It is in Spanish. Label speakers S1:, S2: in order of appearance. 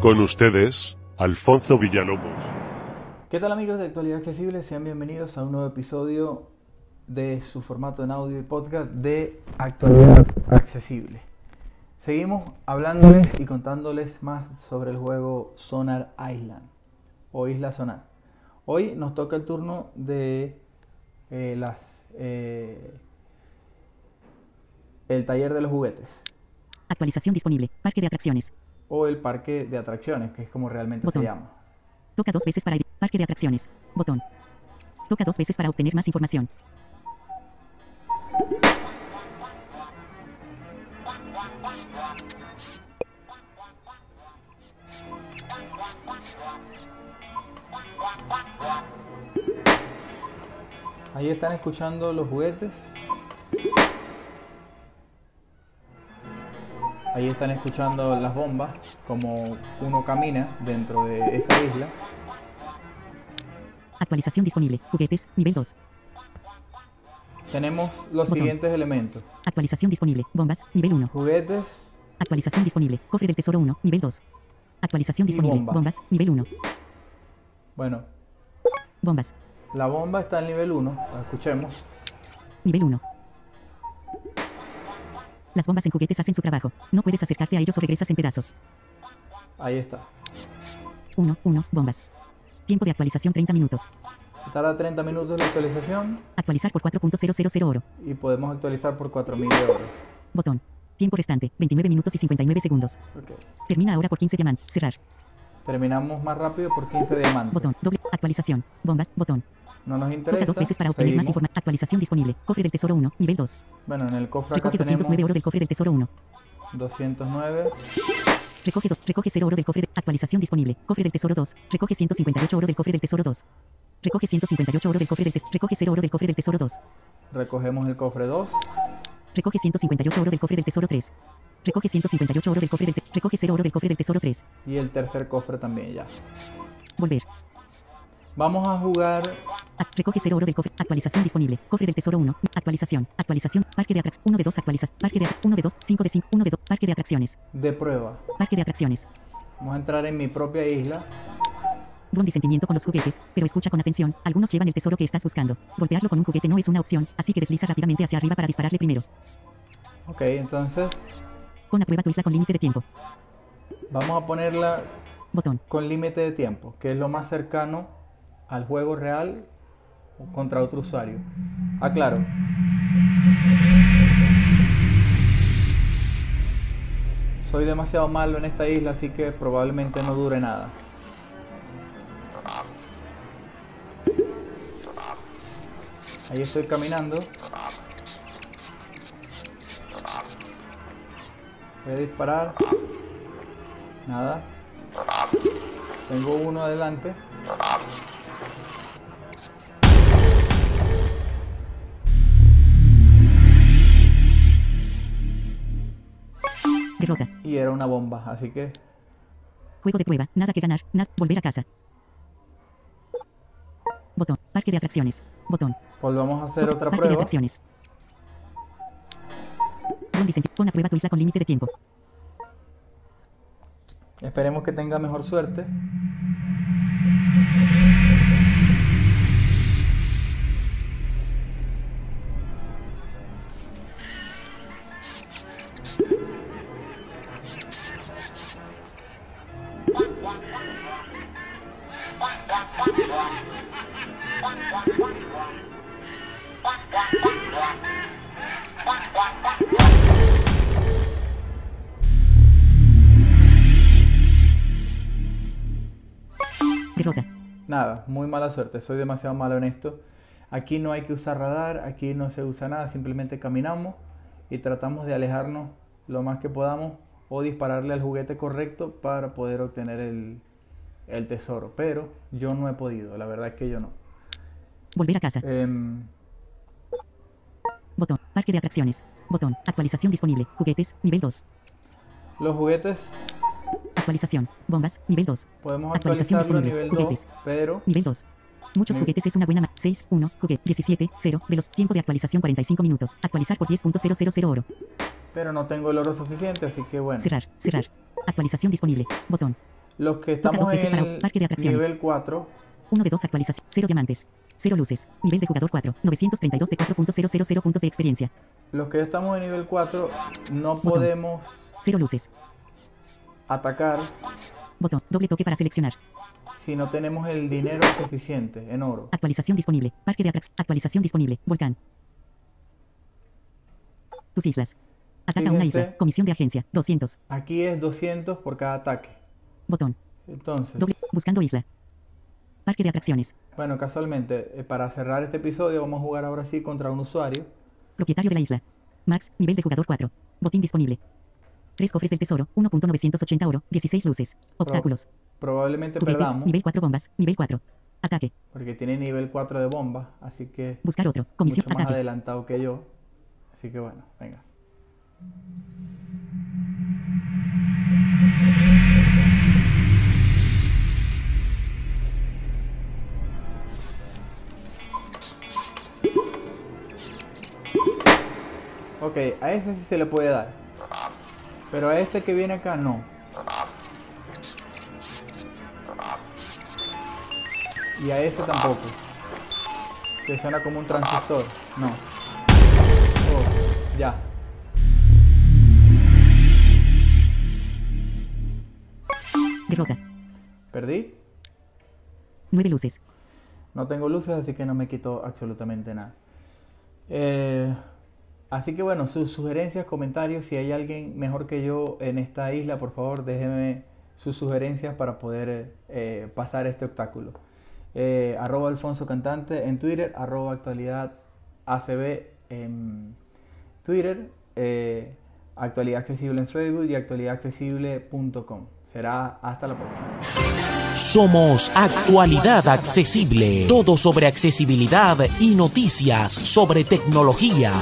S1: Con ustedes, Alfonso Villalobos.
S2: ¿Qué tal amigos de Actualidad Accesible? Sean bienvenidos a un nuevo episodio de su formato en audio y podcast de Actualidad Accesible. Seguimos hablándoles y contándoles más sobre el juego Sonar Island o Isla Sonar. Hoy nos toca el turno de eh, las, eh, el taller de los juguetes
S3: Actualización disponible. Parque de atracciones.
S2: o el parque de atracciones, que es como realmente
S3: Botón.
S2: se llama.
S3: Toca dos veces para evi- Parque de atracciones. Botón. Toca dos veces para obtener más información.
S2: Ahí están escuchando los juguetes. Ahí están escuchando las bombas, como uno camina dentro de esa isla.
S3: Actualización disponible. Juguetes, nivel 2.
S2: Tenemos los
S3: Botón.
S2: siguientes elementos.
S3: Actualización disponible. Bombas, nivel 1.
S2: Juguetes,
S3: Actualización disponible. Cofre del tesoro 1, nivel 2. Actualización
S2: Y
S3: disponible.
S2: bomba.
S3: Bombas, nivel 1.
S2: bueno,
S3: Bombas,
S2: la bomba está en nivel 1, la escuchemos.
S3: nivel 1. Las bombas en juguetes hacen su trabajo. No puedes acercarte a ellos o regresas en pedazos.
S2: Ahí está.
S3: 1, 1, bombas. Tiempo de actualización 30 minutos.
S2: Tarda 30 minutos la actualización
S3: Actualizar por 4.000 oro.
S2: y podemos actualizar por 4000 de oro.
S3: Botón. Tiempo restante, 29 minutos y 59 segundos.
S2: Ok.
S3: Termina ahora por 15 diamantes. Cerrar.
S2: Terminamos más rápido por 15 diamantes.
S3: Botón. Doble. Actualización. Bombas. Botón.
S2: No nos
S3: Toca
S2: interesa.
S3: dos veces para obtener más
S2: seguimos.
S3: información. Actualización disponible. Cofre del tesoro 1. Nivel 2.
S2: Bueno, en el cofre acá
S3: Recoge 209
S2: tenemos
S3: oro del cofre del tesoro 1.
S2: 209.
S3: Recoge, do- recoge 0 oro del cofre de actualización disponible. Cofre del tesoro 2. Recoge 158 oro del cofre del tesoro 2. Recoge 158 oro del cofre del tesoro. Recoge 0 oro del cofre del tesoro 2.
S2: Recogemos el cofre 2.
S3: Recoge 158 oro del cofre del tesoro 3. Recoge 158 oro del cofre del te- Recoge 0 oro del cofre del tesoro 3.
S2: Y el tercer cofre también ya.
S3: Volver.
S2: Vamos a jugar
S3: Ac- Recoge 0 oro del cofre. Actualización disponible. Cofre del tesoro 1. Actualización. Actualización. Parque de atracciones. 1 de 2. Actualización. Parque de 1 de 2. 5 de 5. 1 de 2. Parque de atracciones.
S2: de prueba.
S3: Parque de atracciones.
S2: Vamos a entrar en mi propia isla.
S3: Buen disentimiento con los juguetes, pero escucha con atención. Algunos llevan el tesoro que estás buscando. Golpearlo con un juguete no es una opción, así que desliza rápidamente hacia arriba para dispararle primero.
S2: Ok, entonces
S3: Pon a prueba tu isla con límite de tiempo.
S2: vamos a ponerla
S3: Botón.
S2: con límite de tiempo, que es lo más cercano al juego real o contra otro usuario. Ah, Aclaro. Soy demasiado malo en esta isla, así que probablemente no dure nada. Ahí estoy caminando. Voy a disparar. Nada. Tengo uno adelante.
S3: Derrota.
S2: Y era una bomba, así que
S3: Juego de prueba. Nada que ganar. Nada. Volver a casa. Botón. Parque de atracciones. Botón.
S2: volvamos a hacer
S3: Botón.
S2: otra
S3: Parque de
S2: prueba.
S3: atracciones. Buen disenti- Pon a prueba tu isla con límite de tiempo.
S2: Esperemos que tenga mejor suerte.
S3: Derrota.
S2: Nada, muy mala suerte, soy demasiado malo en esto. Aquí no hay que usar radar, aquí no se usa nada, simplemente caminamos y tratamos de alejarnos lo más que podamos o dispararle al juguete correcto para poder obtener el, el tesoro. Pero yo no he podido, la verdad es que yo no.
S3: Volver a casa.
S2: Em,
S3: Botón. Parque de atracciones. Botón. Actualización disponible. Juguetes. Nivel 2.
S2: los juguetes
S3: Actualización. Bombas. Nivel 2.
S2: podemos
S3: Actualización
S2: actualizarlo a nivel
S3: disponible,
S2: 2,
S3: juguetes.
S2: pero
S3: Nivel 2. Muchos
S2: Nivel-
S3: juguetes es una buena ma 6, 1, juguete, 17, 0, de los tiempo de actualización 45 minutos. Actualizar por 10.000 oro.
S2: Pero no tengo el oro suficiente, así que bueno.
S3: Cerrar, cerrar. Actualización disponible. Botón.
S2: Los que
S3: Toca
S2: estamos
S3: dos veces
S2: en
S3: para
S2: el
S3: parque de atracciones.
S2: nivel 4,
S3: 1 de 2 actualización. 0 diamantes. 0 luces. Nivel de jugador 4. 932 de 4.000 puntos de experiencia.
S2: los que ya estamos en nivel 4 no
S3: Botón.
S2: podemos
S3: 0 luces.
S2: atacar
S3: Botón. Doble toque para seleccionar.
S2: si no tenemos el dinero suficiente en oro.
S3: Actualización disponible. Parque de atracciones. Actualización disponible. Volcán. Tus islas. Ataca una
S2: Fíjense.
S3: isla. Comisión de agencia. 200.
S2: Aquí es 200 por cada ataque.
S3: Botón.
S2: Entonces,
S3: Doble. Buscando isla. Parque de atracciones.
S2: bueno, casualmente, eh, para cerrar este episodio vamos a jugar ahora sí contra un usuario.
S3: Propietario de la isla. Max. Nivel de jugador 4. Botín disponible. 3 cofres del tesoro. 1.980 oro. 16 luces. Obstáculos.
S2: Probablemente
S3: Juguetes.
S2: perdamos,
S3: Nivel 4 bombas. Nivel 4. Ataque.
S2: porque tiene nivel 4 de bomba, así que
S3: Buscar otro. Comisión.
S2: mucho más
S3: Ataque.
S2: adelantado que yo. Así que bueno, venga. Ok, a ese sí se le puede dar. Pero a este que viene acá no. Y a ese tampoco. Que suena como un transistor. No. Oh, ya.
S3: Derrota.
S2: Perdí.
S3: 9 luces.
S2: No tengo luces, así que no me quito absolutamente nada. Eh, así que bueno, sus sugerencias, comentarios. Si hay alguien mejor que yo en esta isla, por favor, déjenme sus sugerencias para poder eh, pasar este obstáculo. Eh, arroba Alfonso Cantante en Twitter, arroba actualidad ACB en Twitter, eh, actualidad accesible en Facebook y actualidadaccesible.com. Será hasta la próxima.
S4: Somos Actualidad Accesible, todo sobre accesibilidad y noticias sobre tecnología.